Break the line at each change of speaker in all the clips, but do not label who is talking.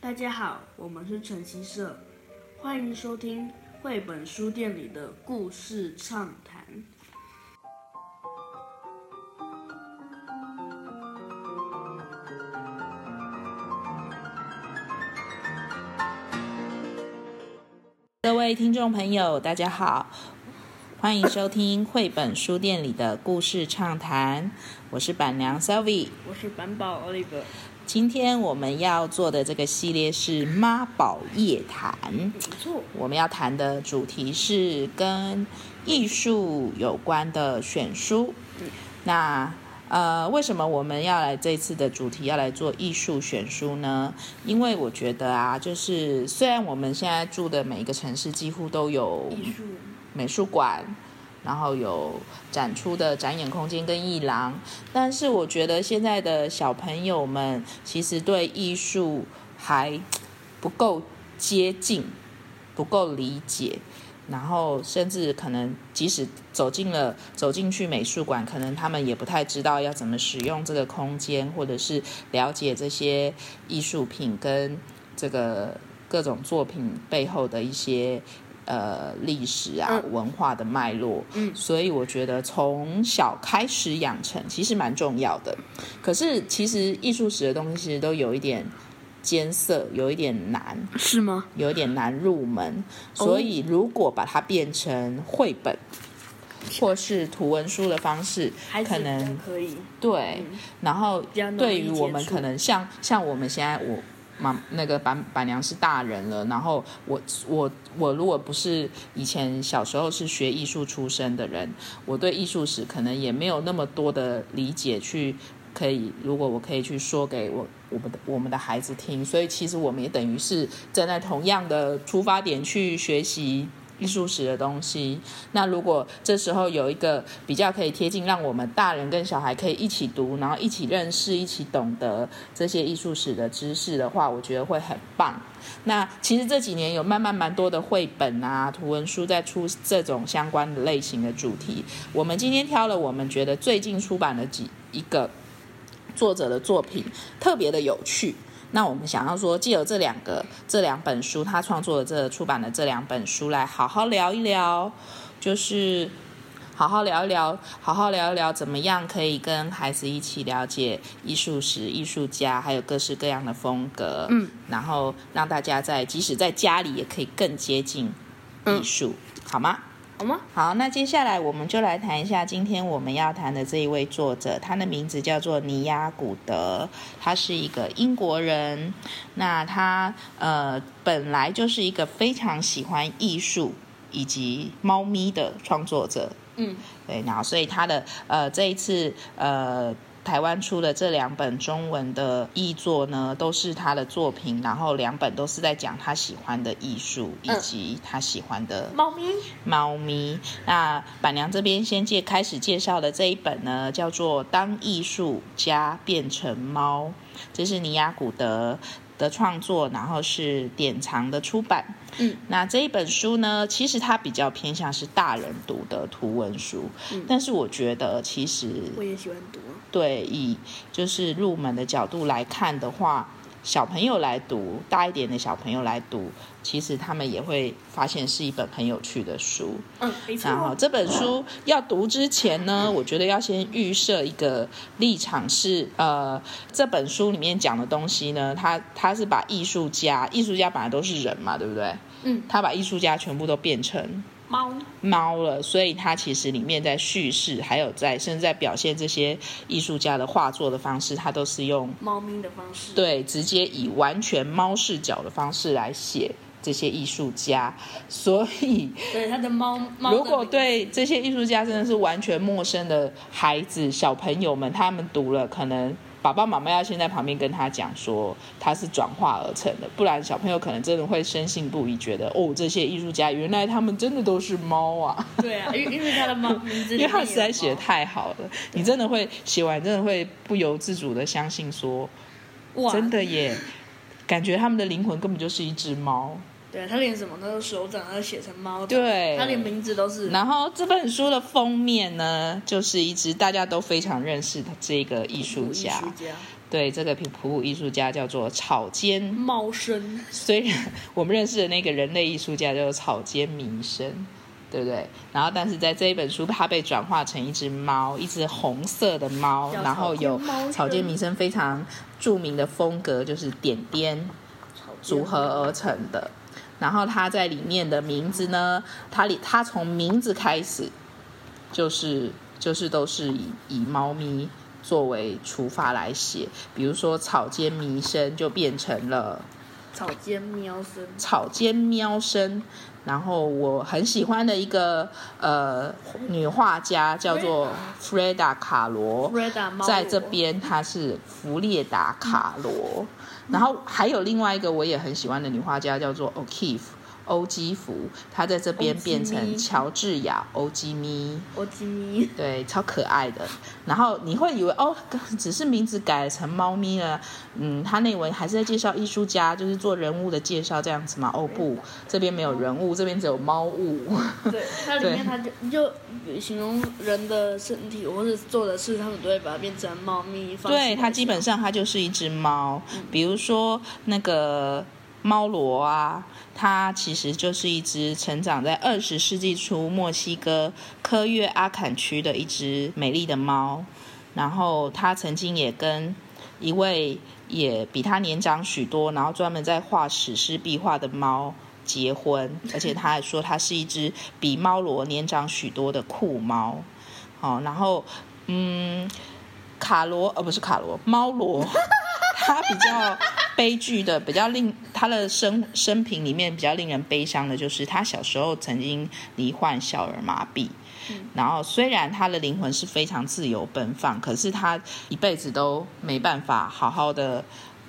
大家好，我们是晨曦社，欢迎收听绘本书店里的故事畅谈。
各位听众朋友，大家好，欢迎收听绘本书店里的故事畅谈，我是板娘 Sylvie。
我是板宝 Oliver，
今天我们要做的这个系列是妈宝夜谈，
没嗯错，
我们要谈的主题是跟艺术有关的选书
嗯。
那呃，为什么我们要来这次的主题要来做艺术选书呢？因为我觉得啊，就是虽然我们现在住的每一个城市几乎都有
艺术
美术馆，然后有展出的展演空间跟艺廊。但是我觉得现在的小朋友们其实对艺术还不够接近，不够理解。然后，甚至可能，即使走进了走进去美术馆，可能他们也不太知道要怎么使用这个空间，或者是了解这些艺术品跟这个各种作品背后的一些呃历史啊、
嗯
文化的脉络。
嗯
所以我觉得从小开始养成其实蛮重要的。可是其实艺术史的东西其实都有一点艰涩，有一点难。
是吗？
有点难入门，
哦
所以如果把它变成绘本或是图文书的方式
孩，子
可
比较
能
可以，
对，然后
嗯比较容易
对于我们
接触
可能像像我们现在我妈那个板板娘是大人了，然后我我我如果不是以前小时候是学艺术出身的人，我对艺术史可能也没有那么多的理解去。可以，如果我可以去说给我我们的我们的孩子听，所以其实我们也等于是站在同样的出发点去学习艺术史的东西。那如果这时候有一个比较可以贴近，让我们大人跟小孩可以一起读，然后一起认识、一起懂得这些艺术史的知识的话，我觉得会很棒。那其实这几年有慢慢蛮多的绘本啊、图文书在出这种相关的类型的主题。我们今天挑了我们觉得最近出版的几一个作者的作品，特别的有趣。那我们想要说，借由这两个这两本书，他创作的这出版的这两本书来好好聊一聊，就是好好聊一聊，好好聊一聊怎么样可以跟孩子一起了解艺术史、艺术家，还有各式各样的风格。嗯，然后让大家在即使在家里也可以更接近艺术，好吗？
好吗？
好，那接下来我们就来谈一下今天我们要谈的这一位作者，他的名字叫做尼亚古德，他是一个英国人。那他呃本来就是一个非常喜欢艺术以及猫咪的创作者，
嗯，
对，然后所以他的呃这一次呃台湾出的这两本中文的译作呢，都是他的作品，然后两本都是在讲他喜欢的艺术以
嗯
及他喜欢的
猫咪
猫咪。那板娘这边先介开始介绍的这一本呢，叫做《当艺术家变成猫》，这是尼亚古德的创作，然后是典藏的出版。
嗯，
那这一本书呢，其实它比较偏向是大人读的图文书，
嗯
但是我觉得其实
我也喜欢读，啊
对以就是入门的角度来看的话，小朋友来读，大一点的小朋友来读，其实他们也会发现是一本很有趣的书。
嗯，没
然
哦
后
错，
啊这本书要读之前呢，我觉得要先预设一个立场是，呃，这本书里面讲的东西呢，它它是把艺术家，艺术家本来都是人嘛，对不对？
嗯，
他把艺术家全部都变成
猫
猫了，所以它其实里面在叙事，还有在甚至在表现这些艺术家的画作的方式，它都是用
猫咪的方式，，
对，直接以完全猫视角的方式来写这些艺术家，所以。
对，它的猫猫的
如果对这些艺术家真的是完全陌生的孩子、小朋友们，他们读了，可能爸爸妈妈要先在旁边跟他讲说他是转化而成的，不然小朋友可能真的会深信不疑，觉得哦，这些艺术家原来他们真的都是猫啊。
对啊，因为因为它的猫名字里面
因为他实在
有
写的
猫
太好了，你真的会写完，真的会不由自主的相信说，
哇，
真的耶，感觉他们的灵魂根本就是一只猫。
对啊，它连什么都是手掌它都写成猫的，
对，
它连名字都是，
然后这本书的封面呢，就是一只大家都非常认识的这个艺术
艺
家
术，家，
对，这个普普普艺术家叫做草间，
猫生，
虽然我们认识的那个人类艺术家叫做草间弥生，对不对？然后，但是在这一本书，它被转化成一只猫，一只红色的猫，
叫
然后有
草间猫生
草间弥生非常著名的风格，就是点点组合哦而成的。然后它在里面的名字呢，它里它从名字开始，就是就是都是以以猫咪作为出发来写，比如说草间弥生就变成了
草间喵生，
草间喵生。然后我很喜欢的一个呃女画家叫做 Freda 卡罗，
瑞达猫
在这边她是弗列达卡罗，然后还有另外一个我也很喜欢的女画家叫做 O'Keeffe 欧基芙，她在这边
欧基
变成
咪
乔治亚欧基咪，
我吉米，
对，超可爱的。然后你会以为哦，只是名字改成猫咪了，嗯，他那文还是在介绍艺术家，就是做人物的介绍这样子嘛？哦不，这边没有人物，这边只有猫物。
对，它里面它就你就形容人的身体或是做的事，他们都会把它变成猫咪。方式
对，它基本上它就是一只猫，比如说那个猫罗啊，它其实就是一只成长在二十世纪初墨西哥科约阿坎区的一只美丽的猫，然后它曾经也跟一位也比它年长许多，然后专门在画史诗壁画的猫。结婚，而且他还说它是一只比猫罗年长许多的酷猫，哦，然后，嗯，卡罗，呃，不是卡罗，猫罗，他比较悲剧的，比较令他的生生平里面比较令人悲伤的，就是他小时候曾经罹患小儿麻痹。然后，虽然他的灵魂是非常自由奔放，可是他一辈子都没办法好好的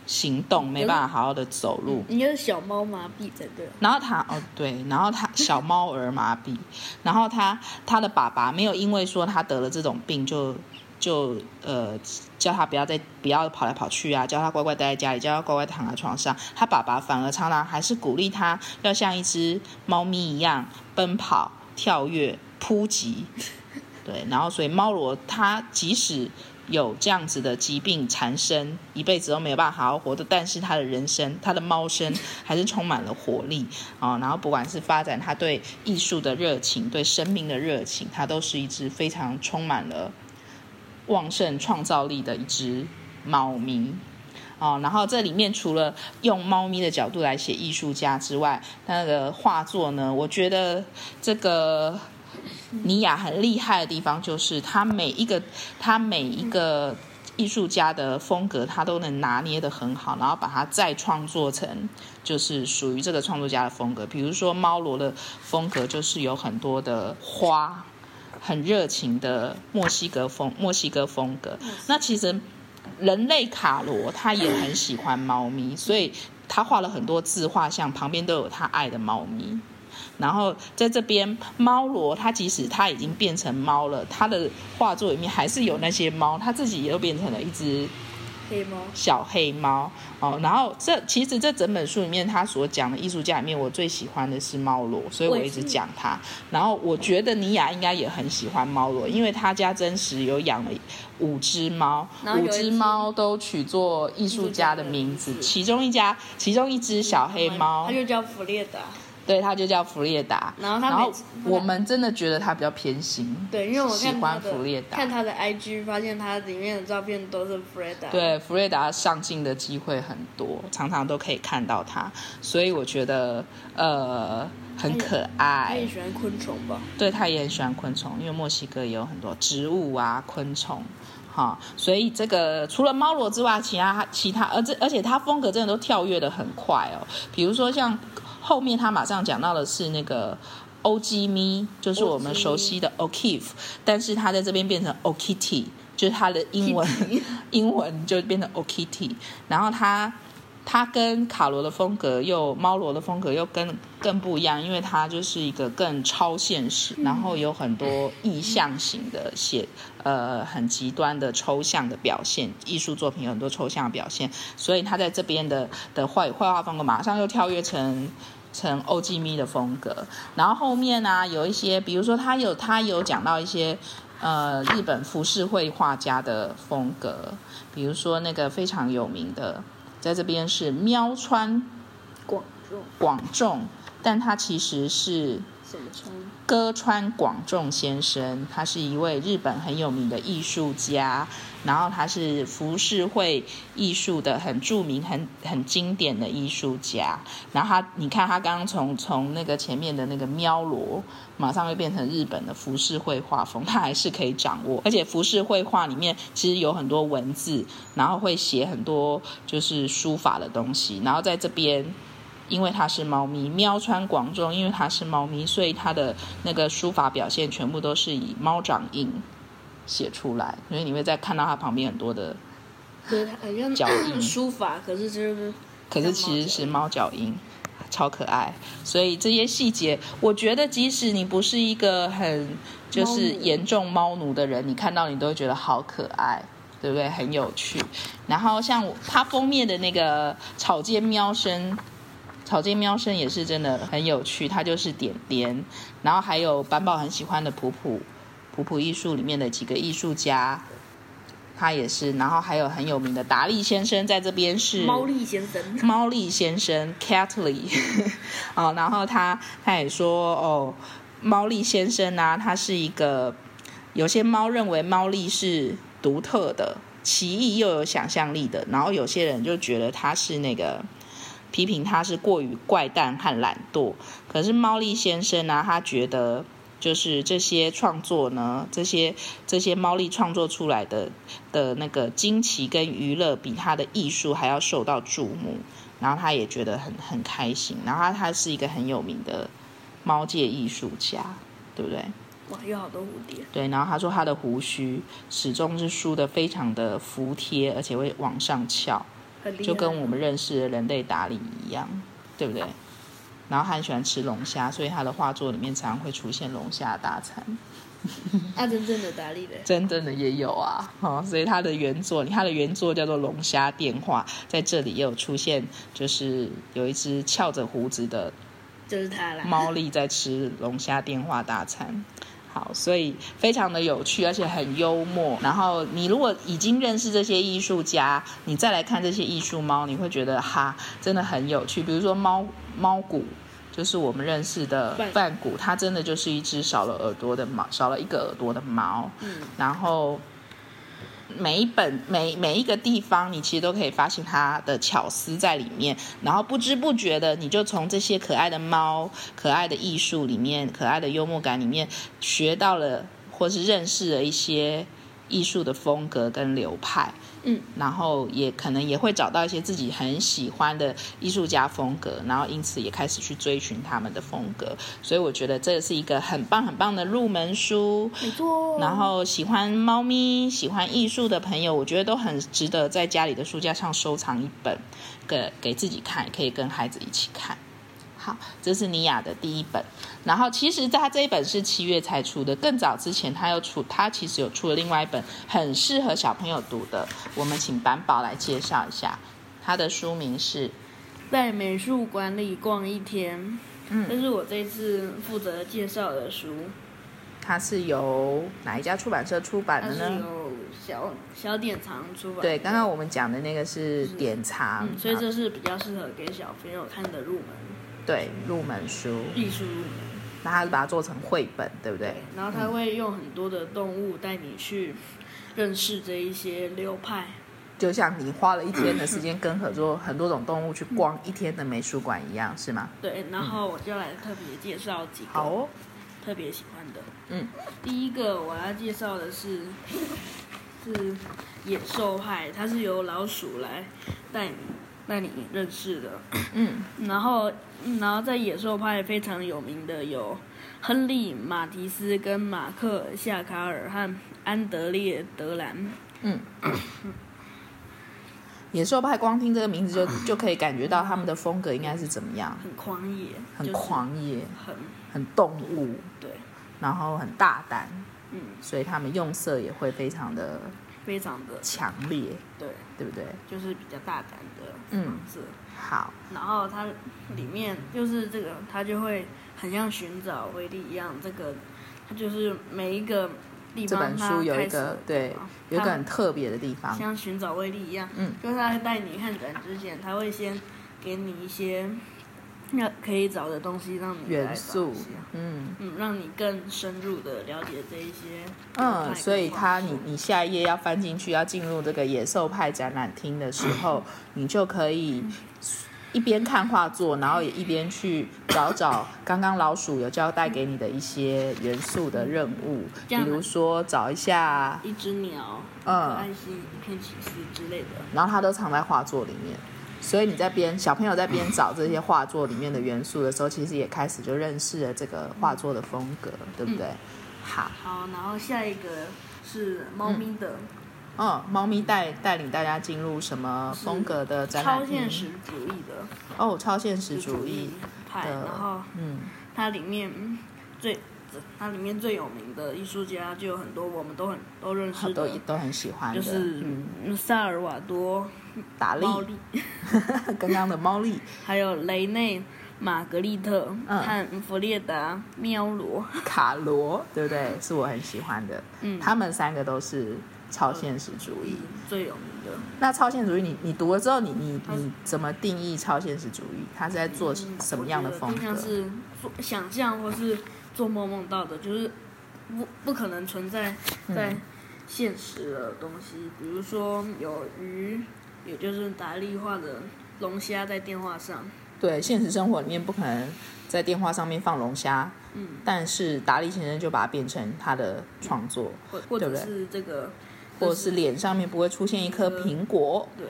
行动，没办法好好的走路。
应该是小猫麻痹才对。
然后他哦对，然后他小猫儿麻痹，然后他他的爸爸没有因为说他得了这种病就就呃叫他不要再不要跑来跑去啊，叫他乖乖待在家里，叫他乖乖躺在床上。他爸爸反而常常还是鼓励他要像一只猫咪一样奔跑、跳跃、扑击。对，然后所以猫罗它即使有这样子的疾病缠身，一辈子都没有办法好好活的，但是它的人生，它的猫生还是充满了活力啊、哦然后不管是发展它对艺术的热情，对生命的热情，它都是一只非常充满了旺盛创造力的一只猫咪。哦，然后这里面除了用猫咪的角度来写艺术家之外，那个画作呢，我觉得这个尼雅很厉害的地方就是，他每一个他每一个艺术家的风格，他都能拿捏的很好，然后把它再创作成就是属于这个创作家的风格。比如说猫罗的风格就是有很多的花，很热情的墨西哥风墨西哥风格。那其实人类卡罗他也很喜欢猫咪，所以他画了很多自画像，旁边都有他爱的猫咪。然后在这边，猫罗它即使它已经变成猫了，它的画作里面还是有那些猫，它自己也又变成了一只
黑猫，
小黑猫哦。然后这其实这整本书里面，他所讲的艺术家里面，我最喜欢的是猫罗，所以我一直讲他。然后我觉得尼雅应该也很喜欢猫罗，因为他家真实有养了五只猫
然，后有
五
一只
只猫都取作艺术家的名
艺术
字
家的名，字
其中一家其中一只小黑猫
它，就叫弗列达。
对，它就叫弗列达。
然后它
然后
每次
我们真的觉得它比较偏心。
对，因为我
喜
看它
欢弗列
的
达
看它的 IG，发现它里面的照片都是弗列达。
对，弗瑞达上镜的机会很多，常常都可以看到他，所以我觉得呃很可
他
爱
也。喜欢昆虫吧？
对，他也很喜欢昆虫，因为墨西哥也有很多植物啊、昆虫。哈，所以这个除了猫罗之外，其他其他，而这而且它风格真的都跳跃的很快哦。比如说像后面他马上讲到的是那个欧基咪，就是我们熟悉的 O'Keeffe，但是他在这边变成 O'Kitty，就是他的英文英文就变成 O'Kitty，然后他。他跟卡罗的风格又猫罗的风格又更更不一样，因为他就是一个更超现实，然后有很多意象型的写，呃，很极端的抽象的表现，艺术作品有很多抽象的表现，所以他在这边的的绘绘画风格马上又跳跃成成欧基咪的风格，然后后面呢、有一些，比如说他有他有讲到一些呃日本浮世绘画家的风格，比如说那个非常有名的，在这边是喵川
广众
广重，但他其实是
怎么称？
歌川广重先生，他是一位日本很有名的艺术家，然后他是浮世绘艺术的很著名、很很经典的艺术家。然后他，你看他刚刚从从那个前面的那个喵罗，马上就变成日本的浮世绘画风，他还是可以掌握。而且浮世绘画里面其实有很多文字，然后会写很多就是书法的东西，然后在这边。因为它是猫咪，喵川广众，因为它是猫咪，所以它的那个书法表现全部都是以猫掌印写出来，所以你会在看到它旁边很多的，
对，它好像
脚印
书法，可是就是
可是其实是猫脚印，超可爱。所以这些细节，我觉得即使你不是一个很就是
猫奴
严重猫奴的人，你看到你都会觉得好可爱。对不对？很有趣。然后像我它封面的那个草间喵声，草间喵生也是真的很有趣，它就是点点，然后还有板宝很喜欢的普普，普普艺术里面的几个艺术家，他也是，然后还有很有名的达利先生在这边是
猫力先生，
猫力先生 Catley，哦，然后他他也说哦，猫力先生啊，他是一个有些猫认为猫力是独特的、奇异又有想象力的，然后有些人就觉得他是那个批评他是过于怪诞和懒惰。可是猫力先生呢、他觉得。就是这些创作呢，这些这些猫力创作出来的的那个惊奇跟娱乐，比他的艺术还要受到注目。然后他也觉得很很开心。然后他他是一个很有名的猫界艺术家，对不对？
哇，有好多蝴蝶，
对。然后他说他的胡须始终是梳的非常的服帖，而且会往上翘，
很厉害。
就跟我们认识的人类达理一样，对不对？然后他很喜欢吃龙虾，所以他的画作里面常常会出现龙虾大餐。
啊，真正的达利的，
真正的也有啊，哦，所以他的原作，他的原作叫做《龙虾电话》，在这里也有出现，就是有一只翘着胡子的
就是他啦。
猫力在吃龙虾电话大餐。好，所以非常的有趣，而且很幽默。然后你如果已经认识这些艺术家，你再来看这些艺术猫，你会觉得哈，真的很有趣。比如说猫猫骨，就是我们认识的
梵
梵谷，它真的就是一只少了耳朵的猫，少了一个耳朵的猫。
嗯，
然后每一本每每一个地方，你其实都可以发现它的巧思在里面。然后不知不觉的，你就从这些可爱的猫、可爱的艺术里面、可爱的幽默感里面，学到了或是认识了一些艺术的风格跟流派。
嗯，
然后也可能也会找到一些自己很喜欢的艺术家风格，然后因此也开始去追寻他们的风格。所以我觉得这是一个很棒很棒的入门书。
没错。哦
然后喜欢猫咪、喜欢艺术的朋友，我觉得都很值得在家里的书架上收藏一本，给给自己看，也可以跟孩子一起看。好，这是尼亚的第一本。然后其实它这一本是七月才出的，更早之前它又出，它其实有出了另外一本很适合小朋友读的。我们请板宝来介绍一下，它的书名是
在美术馆里逛一天，
嗯
这是我这次负责介绍的书，
它是由哪一家出版社出版
它
的
是
呢？
由小小典藏出版。
对，刚刚我们讲的那个是典藏，啊
嗯，所以这是比较适合给小朋友看的入门
对入门书。
艺术入门。
那他是把它做成绘本，对不对？
然后
嗯
他会用很多的动物带你去认识这一些流派。
就像你花了一天的时间跟很多很多种动物去逛一天的美术馆一样，是吗？
对，然后我就来特别介绍几个。
好哦，
特别喜欢的。
嗯，
第一个我要介绍的是 是野兽派，它是由老鼠来带你带你认识的。
嗯，
然后嗯然后在野兽派非常有名的有亨利·马提斯跟马克·夏卡尔和安德烈·德兰。
野兽派光听这个名字就就可以感觉到他们的风格应该是怎么样，
很狂野，
很，狂野，
很
很动物，
对，
然后很大胆，
嗯，
所以他们用色也会非常的
非常的
强烈，
对，
对不对？
就是比较大胆的
嗯，
是。
好，
然后它里面就是这个，它就会很像寻找威力一样，这个它就是每一个地
这
方
本
它
书有
开
一
始
个
的
对
地方
有一个
它
很特别的地方，
像寻找威力一样，
嗯，
就是他带你看展之前，他会先给你一些那可以找的东西，让你来
元
找
素
一下，
嗯
嗯，让你更深入的了解这一些流派跟话
嗯，
术。
所以它你你下一页要翻进去，要进入这个野兽派展览厅的时候，
嗯
你就可以一边看画作，然后也一边去找找刚刚老鼠有交代给你的一些元素的任务，
这
比
样
如说找一下，
一只鸟，可
嗯
爱，心，一片起司之类的。
然后它都藏在画作里面。所以你在边小朋友在边找这些画作里面的元素的时候，其实也开始就认识了这个画作的风格，对不对？
嗯
好，
好，然后下一个是猫咪的
嗯，猫咪带带领大家进入什么风格的展览？
超现实主义的
哦，超现实嗯主义
派，
的
然后
嗯，
它里面嗯最它里面最有名的艺术家就有很多，我们都很都认识
很多
的，
也都很喜欢的，
就是
嗯
嗯萨尔瓦多
达利，
猫力，
刚刚的猫力，
还有雷内、玛格丽特、
嗯
和弗列达、喵罗，
卡罗，对不对？是我很喜欢的，
嗯，
他们三个都是超现实主义。
最有名的。
那超现实主义，你你读了之后，你你你怎么定义超现实主义？它是在做
嗯
什么样的风
我觉得
格
就？像是做想象或是做梦梦到的，就是不不可能存在
嗯
在现实的东西，比如说有鱼，也就是达利画的龙虾在电话上，
对，现实生活里面不可能在电话上面放龙虾，
嗯，
但是达利先生就把它变成他的创作，
或或
对
者
不对
是这个，
或者是脸上面不会出现一颗苹果，
对，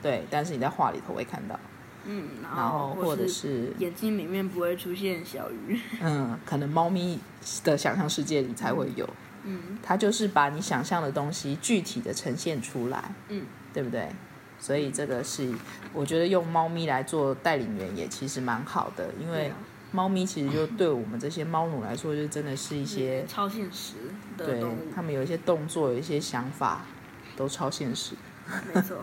对，但是你在画里头会看到，
嗯，
然后或
或
者是
眼睛里面不会出现小鱼，
嗯，可能猫咪的想象世界里才会有，
嗯，
它就是把你想象的东西具体的呈现出来，
嗯，
对不对？所以这个是我觉得用猫咪来做带领员也其实蛮好的，因
对
为
啊
猫咪其实就对我们这些猫奴来说，就真的是一些
超现实嗯的
对
动物，
他们有一些动作，有一些想法，都超现实。
没 错。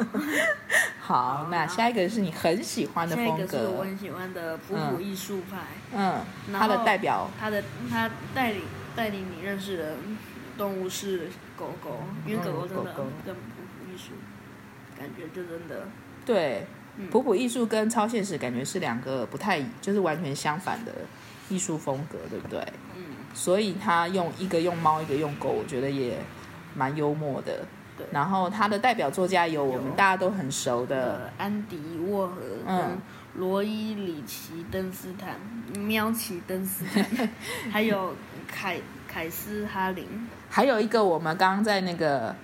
好，那下一个是你很喜欢的
下一
风
个是我
格，
很喜欢的普
嗯
普艺术派。
嗯，
然
它
后
的代表，
他的他带领带领你认识的动物是狗狗，因为
嗯
狗狗真的
狗狗
更不服艺术，感觉就真的
对，
嗯
普普艺术跟超现实感觉是两个不太，就是完全相反的艺术风格，对不对？
嗯
所以他用一个用猫，一个用狗，我觉得也蛮幽默的
对。
然后他的代表作家有我们
有
大家都很熟的，
呃安迪沃荷跟
嗯
罗伊里奇登斯坦、喵奇登斯 坦，还有凯凯斯哈林，
还有一个我们刚刚在那个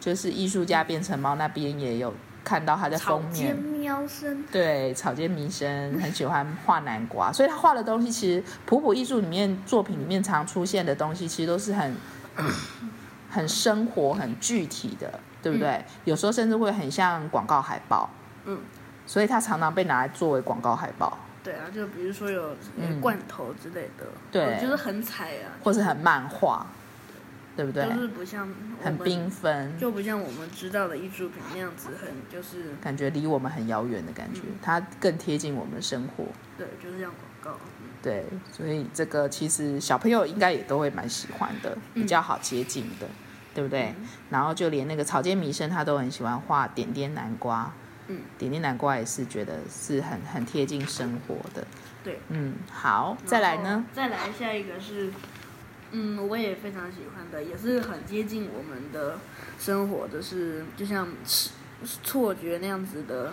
就是艺术家变成猫那边也有看到他在
草
封
间
面，
喵声，
对，草间弥生很喜欢画南瓜，所以他画的东西其实普普艺术里面作品里面常出现的东西，其实都是很很生活、很具体的，对不对？有时候甚至会很像广告海报，
嗯，
所以它常常被拿来作为广告海报，
对啊，就比如说有
嗯
罐头之类的，
对
就是很彩啊，
或是很漫画，对不对？
就是不像我
很
们
缤纷，
就不像我们知道的艺术品那样子，很就是
感觉离我们很遥远的感觉，
嗯
它更贴近我们生活。
对，就是像广告。
对，所以这个其实小朋友应该也都会蛮喜欢的，比
嗯
较好接近的，对不对？然后就连那个草间弥生他都很喜欢画点点南瓜，
嗯，
点点南瓜也是觉得是很很贴近生活的，
对，
嗯，好，再来呢？？
再来下一个是，嗯，我也非常喜欢的，也是很接近我们的生活的是，就像是错觉那样子的。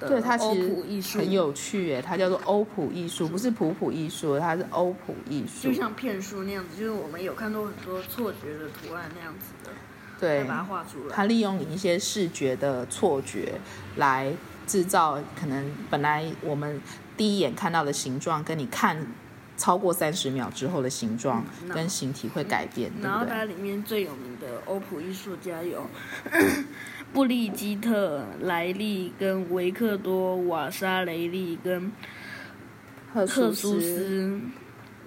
的
对，它
欧
其
普艺
实
术
很，有趣耶，它叫做欧普艺术，不是普普艺术，它是欧普艺术
就，像骗术那样子，就是我们有看到很多错觉的图案那样子的，再
对，
把它画出来。
它利用你一些视觉的错觉来制造可能本来我们第一眼看到的形状，跟你看超过三十秒之后的形状
嗯那
跟形体会改变，对
然后
不对？
它里面最有名的欧普艺术家有布利基特、莱利、跟维克多、瓦沙雷利、跟
赫
克苏
苏
斯、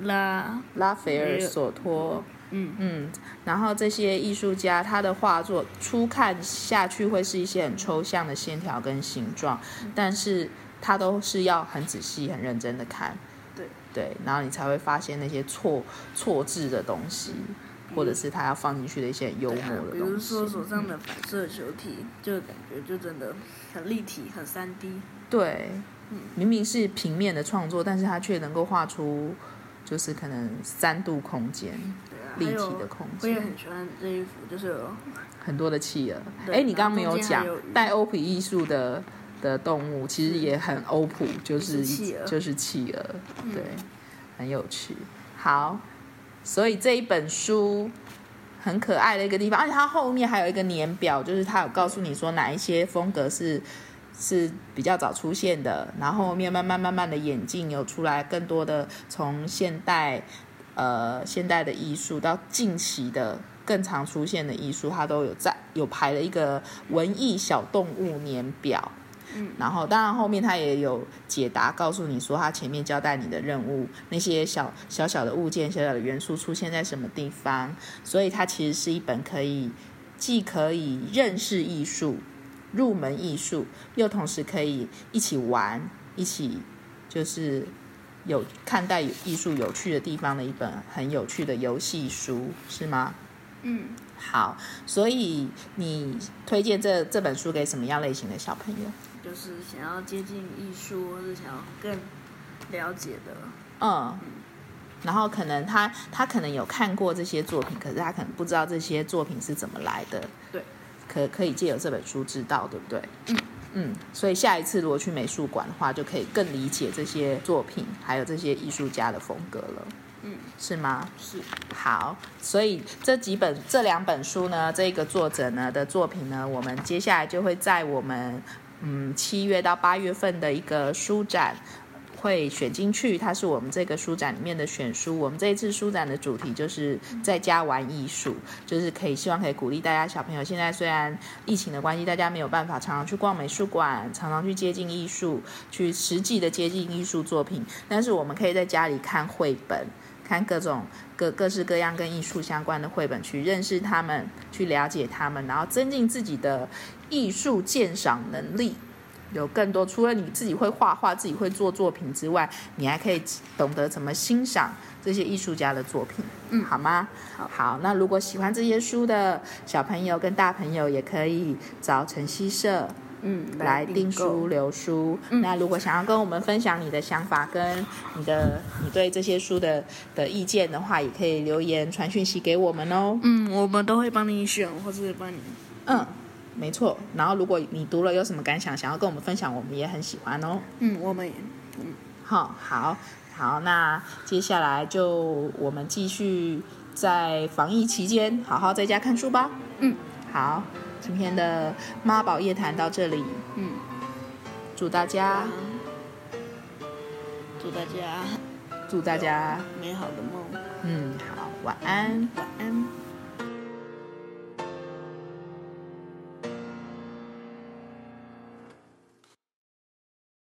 拉，
拉斐尔、索托，
嗯
嗯，然后这些艺术家他的画作初看下去会是一些很抽象的线条跟形状，
嗯
但是他都是要很仔细、很认真的看，
对
对，然后你才会发现那些错错置的东西，
比
或者是他要放进去的一些幽
对
默
啊，
的
比如
东西。
说手上的反射球体，就感觉就真的很立体，很三 D。
对，
嗯
明明是平面的创作，但是他却能够画出就是可能三度空间、
对啊，
立
还
体的
有
空
我也
间，
很喜欢这一幅，就是有
很多的企鹅。
对
哎，你
然
刚刚
后
没有
中间还
讲
有鱼
带欧普艺术的的动物，其实也很欧普，就是
嗯是企鹅嗯
就是企鹅，对，很有趣。好，所以这一本书。很可爱的一个地方，而且它后面还有一个年表，就是它有告诉你说哪一些风格是是比较早出现的，然后后面慢慢慢慢的演进，有出来更多的从现代呃现代的艺术到近期的更常出现的艺术，它都有在有排了一个文艺小动物年表。嗯，然后当然后面它也有解答，告诉你说它前面交代你的任务，那些小小小的物件、小小的元素出现在什么地方，所以它其实是一本可以既可以认识艺术、入门艺术，又同时可以一起玩、一起就是有看待艺术有趣的地方的一本很有趣的游戏书，是吗？
嗯，
好，所以你推荐这这本书给什么样类型的小朋友？
就是想要接近艺术，或是想要更了解的。
嗯，然后可能他他可能有看过这些作品，可是他可能不知道这些作品是怎么来的。
对，
可可以借由这本书知道，对不对？嗯嗯，所以下一次如果去美术馆的话，就可以更理解这些作品，还有这些艺术家的风格了。
嗯，
是吗？
是，
好，所以这几本这两本书呢，这个作者呢的作品呢，我们接下来就会在我们嗯七月到八月份的一个书展。会选进去，它是我们这个书展里面的选书。我们这一次书展的主题就是在家玩艺术，就是可以希望可以鼓励大家小朋友。现在虽然疫情的关系，大家没有办法常常去逛美术馆，常常去接近艺术，去实际的接近艺术作品，但是我们可以在家里看绘本，看各种各各式各样跟艺术相关的绘本，去认识他们，去了解他们，然后增进自己的艺术鉴赏能力。有更多，除了你自己会画画、自己会做作品之外，你还可以懂得怎么欣赏这些艺术家的作品，嗯，好吗？好，那如果喜欢这些书的小朋友跟大朋友，也可以找晨曦社，
嗯，
来订嗯
订
书
购。
留书。那如果想要跟我们分享你的想法跟你的你对这些书的的意见的话，也可以留言传讯息给我们哦。
嗯，我们都会帮你选，或是帮你。
嗯，没错。然后如果你读了有什么感想，想要跟我们分享，我们也很喜欢哦。
嗯，我们也
好，好，好，那接下来就我们继续在防疫期间好好在家看书吧。
嗯，
好，今天的妈宝夜谈到这里，
嗯，
祝大家
啊祝大家
祝大家
美好的梦，
嗯好，晚安。
晚安。